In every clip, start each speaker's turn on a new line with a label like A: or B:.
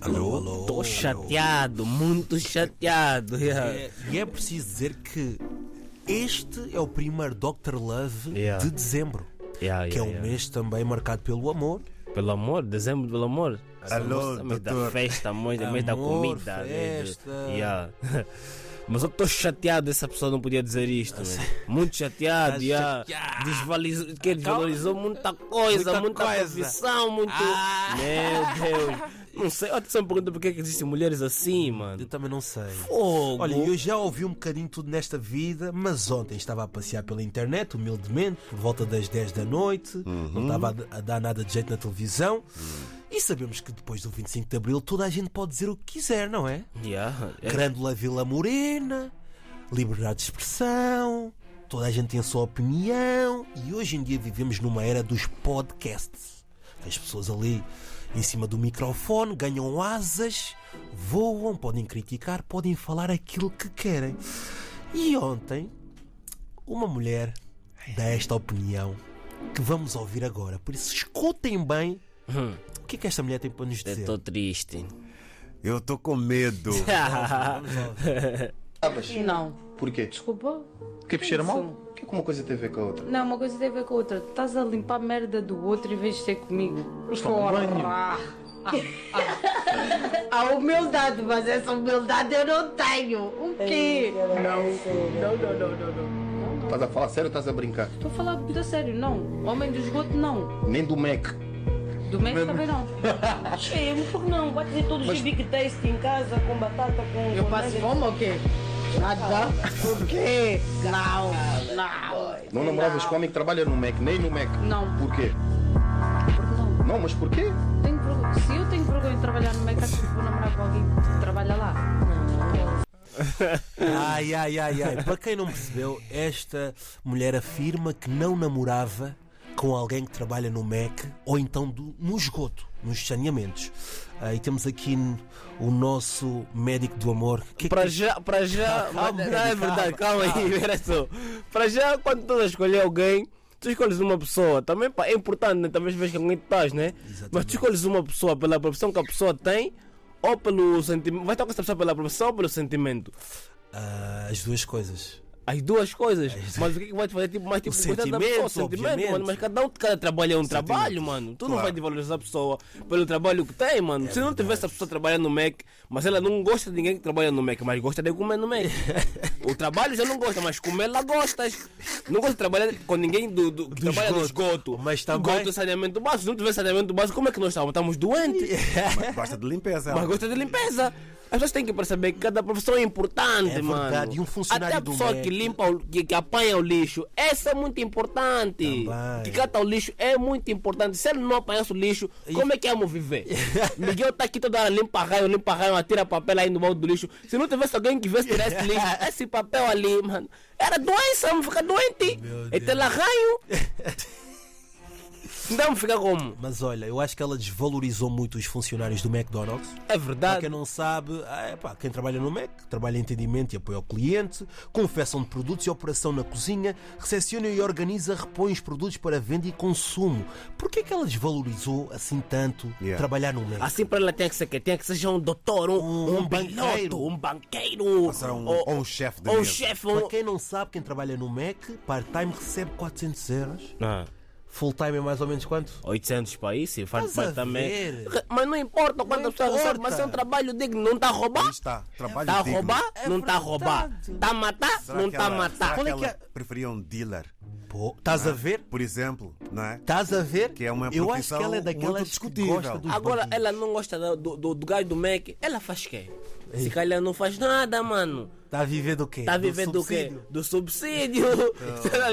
A: Alô, alô.
B: Estou chateado, muito chateado. yeah.
A: É, e é preciso dizer que este é o primeiro Dr. Love
B: Yeah.
A: de dezembro,
B: Yeah,
A: que é
B: yeah,
A: um
B: yeah.
A: mês também marcado pelo amor.
B: Pelo amor, dezembro, pelo amor.
C: Alô,
B: Nossa, mês da
C: doutor.
B: festa, mês, mês da
A: Amor,
B: comida. mês de-
A: festa.
B: Yeah. Mas eu estou chateado, essa pessoa não podia dizer isto. man. Muito chateado,
A: Tá
B: yeah.
A: chateado.
B: Desvalizou, que desvalorizou muita coisa, muita,
A: Muita coisa.
B: profissão, muito.
A: Ah.
B: Meu Deus. Não sei, eu só me pergunto porque é que existem mulheres assim,
A: Eu
B: mano.
A: também não sei.
B: Fogo.
A: Olha, eu já ouvi um bocadinho tudo nesta vida, mas ontem estava a passear pela internet, humildemente, por volta das 10 da noite,
B: Uhum.
A: não estava a, a dar nada de jeito na televisão. E sabemos que depois do 25 de Abril toda a gente pode dizer o que quiser, não é?
B: Yeah. É-
A: Grândola Vila Morena, liberdade de expressão, toda a gente tem a sua opinião e hoje em dia vivemos numa era dos podcasts. As pessoas ali em cima do microfone ganham asas, voam, podem criticar, podem falar aquilo que querem. E ontem, uma mulher dá esta opinião que vamos ouvir agora. Por isso, escutem bem o que é que esta mulher tem para nos
B: Eu
A: dizer.
B: estou triste.
C: Eu tô com medo.
A: Vamos ouvir.
D: Não.
E: Porquê?
D: Desculpa?
E: Porque cheira mal?
D: Sim.
E: O que é que uma coisa tem a ver com a outra?
D: Não, uma coisa tem a ver com a outra. Tu estás a limpar a merda do outro em vez de ser comigo.
E: Mas toma banho.
D: Ah, ah, ah. A humildade, mas essa humildade eu não tenho. O quê?
E: Estás a falar sério ou estás a brincar?
D: Estou a falar muito a sério, não. Homem do esgoto, não.
E: Nem do Mac.
D: Do meio também não.
F: É, mas por que não? Vai dizer todos os big tasty em casa, com batata, com.
D: Eu
F: com
D: passo
F: nugget.
D: fome ou quê? Nada. Por quê? Não, não.
E: Não namoravas com homem que trabalha no Mac, nem no Mac.
D: Não.
E: Porquê?
D: Porque não.
E: Não, mas porquê?
D: Tenho vergonha. Se eu tenho vergonha de trabalhar no meio, acho que vou namorar com alguém que trabalha lá.
A: Ai, ai, ai, ai. Para quem não percebeu, esta mulher afirma que não namorava com alguém que trabalha no MEC ou então do- no esgoto, nos saneamentos. Ah, e temos aqui n- o nosso médico do amor. Que
B: Para já, para já,
A: Calma,
B: não,
A: calma,
B: é verdade, calma, aí, espera só. Para já, quando tu estás a escolher alguém, tu escolhes uma pessoa, também pá, é importante, né? talvez vejas que alguém tu estás, né? Mas tu escolhes uma pessoa pela profissão que a pessoa tem ou pelo sentimento, vai estar com essa pessoa pela profissão ou pelo sentimento?
A: Ah, as duas coisas.
B: As duas coisas, mas o que é que vai te fazer tipo, mais tipo gostar da
A: sentimento,
B: pessoa? O sentimento, mano,
A: obviamente.
B: mas cada um cada trabalho é um trabalho, mano. Tu não
C: Claro.
B: vais de valorizar a pessoa pelo trabalho que tem,
A: É
B: mano. Se não tivesse a pessoa trabalhando no Mac, mas ela não gosta de ninguém que trabalha no Mac, mas gosta de comer no Mac. o trabalho já não gosta, mas comer ela gostas. Não gosta de trabalhar com ninguém do, do, que
A: Do
B: trabalha no
A: esgoto.
B: esgoto.
A: Mas
B: Tu
A: também-
B: gosta do saneamento básico. Se não tiver saneamento básico, como é que nós estamos? Estamos doentes.
C: Mas gosta de limpeza.
A: Tá.
B: Mas gosta de limpeza. As pessoas têm que perceber que cada profissão é importante,
A: É
B: mano.
A: verdade, e um funcionário
B: Até a
A: do
B: pessoa
A: MEC.
B: que limpa, o- que, que apanha o lixo, essa é muito importante.
A: Também.
B: Que cata o lixo é muito importante. Se ele não apanhasse o lixo, como é que vamos viver? Miguel tá aqui toda hora, limpa raio, limpa raio, atira papel aí no balde do lixo. Se não tivesse alguém que viesse tirar esse lixo, esse papel ali, mano, era doença, vamos ficar doente. Então lá raio. Não vamos ficar como?
A: Mas olha, eu acho que ela desvalorizou muito os funcionários do McDonald's.
B: É
A: Para
B: verdade.
A: quem não sabe, ah, é pá, quem trabalha no MEC, trabalha em entendimento e apoio ao cliente, confecção de produtos e operação na cozinha, recepciona e organiza, repõe os produtos para venda e consumo. Por que é que ela desvalorizou assim tanto
C: Yeah.
A: trabalhar no MEC?
B: Assim para ela tem que ser que tem que seja um doutor, um,
A: Um
B: um,
A: banqueiro.
B: banqueiro, um banqueiro,
C: Passar um-
B: ou,
C: ou um chefe de
B: ou um
C: mesa.
B: chefe,
A: Para
B: um...
A: quem não sabe, quem trabalha no MEC, part-time recebe 400 euros,
C: Ah.
A: full-time é mais ou menos quanto?
B: 800 para isso, e faz
A: Estás a
B: parte também.
A: ver?
B: Re- Mas não importa quanto a pessoa recebe,
A: importa.
B: mas é um trabalho digno, não está a roubar?
C: Aí está, tá trabalho
B: Está Tá a
C: digno.
B: roubar?
A: É
B: não está a
A: verdade.
B: roubar. Está a matar?
C: Será
B: não
C: que
B: está a
C: ela-
B: matar.
C: Será
B: Qual
C: que
B: é que
C: ela
B: é-
C: preferia um dealer,
A: Pô, estás a ver?
C: por exemplo, não é?
B: Tá.
A: Estás a ver?
C: Ah. Que é uma
A: Eu acho que ela é daquelas
C: profissão muito
A: que gosta
C: discutível.
A: dos
B: é? Agora,
A: bandidos.
B: ela não gosta da- do, do, do gajo do Mac, ela faz quê? Se calhar não faz nada, mano.
A: Está a viver É do quê?
B: Tá vivendo do quê?
A: subsídio?
B: Do subsídio. tá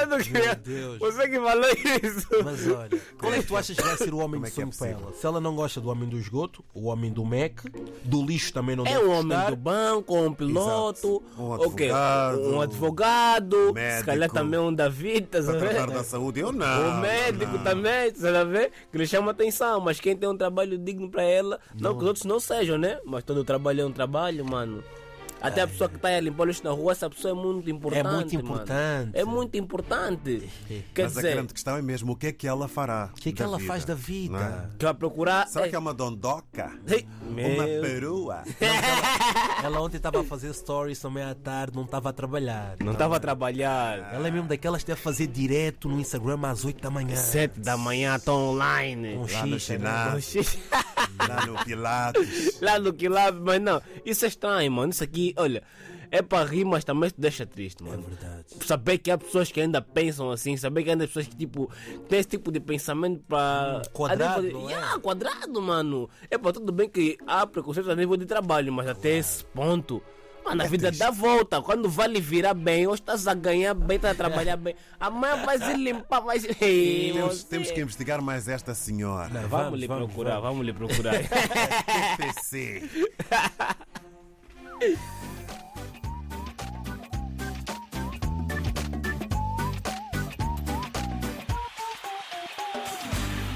B: Eu não queria-
A: Deus.
B: Você que falou isso.
A: Mas olha, qual é que tu achas que vai ser o homem
C: Como
A: do
C: é que é
A: sonho para
C: possível?
A: ela? Se ela não gosta do homem do esgoto, o homem do Mac, do lixo também não
B: É
A: deve
B: um homem
A: gostar.
B: do banco, um piloto,
C: Exato. Um
B: o quê?
C: advogado.
B: um advogado, se
C: Médico.
B: calhar também um David, tá
C: Para tratar da
B: sabendo?
C: saúde, eu não.
B: o médico
C: não.
B: também, sabe a ver? Que lhe chama atenção, mas quem tem um trabalho digno para ela, não. que os outros não sejam, né? Mas todo trabalho é um trabalho, mano. Até a pessoa que está a limpar o lixo na rua, essa pessoa é muito importante. mano.
A: importante.
B: É muito importante. Quer
C: Mas a
B: dizer,
C: grande questão é mesmo o que é que ela fará.
A: O que é que ela faz da vida?
C: não
B: que vai procurar.
C: Será
B: é-
C: que é uma dondoca?
B: Ei,
C: Uma
B: meu-
C: perua?
A: Ela ontem estava a fazer stories também à tarde, não estava a trabalhar.
B: Não estava a trabalhar.
A: Ela é mesmo daquelas que deve fazer direto no Instagram às 8 da manhã.
B: Sete da manhã, estão online.
A: Com
C: Lá no
A: xixa, né?
C: chinado, lá no Pilates.
B: lá do que lá, mas não, isso é estranho, mano. Isso aqui, olha, é para rir, mas também te deixa triste, mano.
A: É verdade.
B: Saber que há pessoas que ainda pensam assim, saber que ainda há pessoas que tipo têm esse tipo de pensamento para
A: Hum, quadrado, não é?
B: yeah, quadrado, mano. É para tudo bem que há preconceitos a nível de trabalho, mas até esse ponto. Mano, a vida dá volta. Quando vale virar bem, ou estás a ganhar bem, estás a trabalhar bem. Amanhã vai se limpar, vai se. Ei,
C: Temos,
B: você-
C: temos que investigar mais esta senhora.
B: Vamos, lhe procurar, vamos lhe procurar.
C: TPC.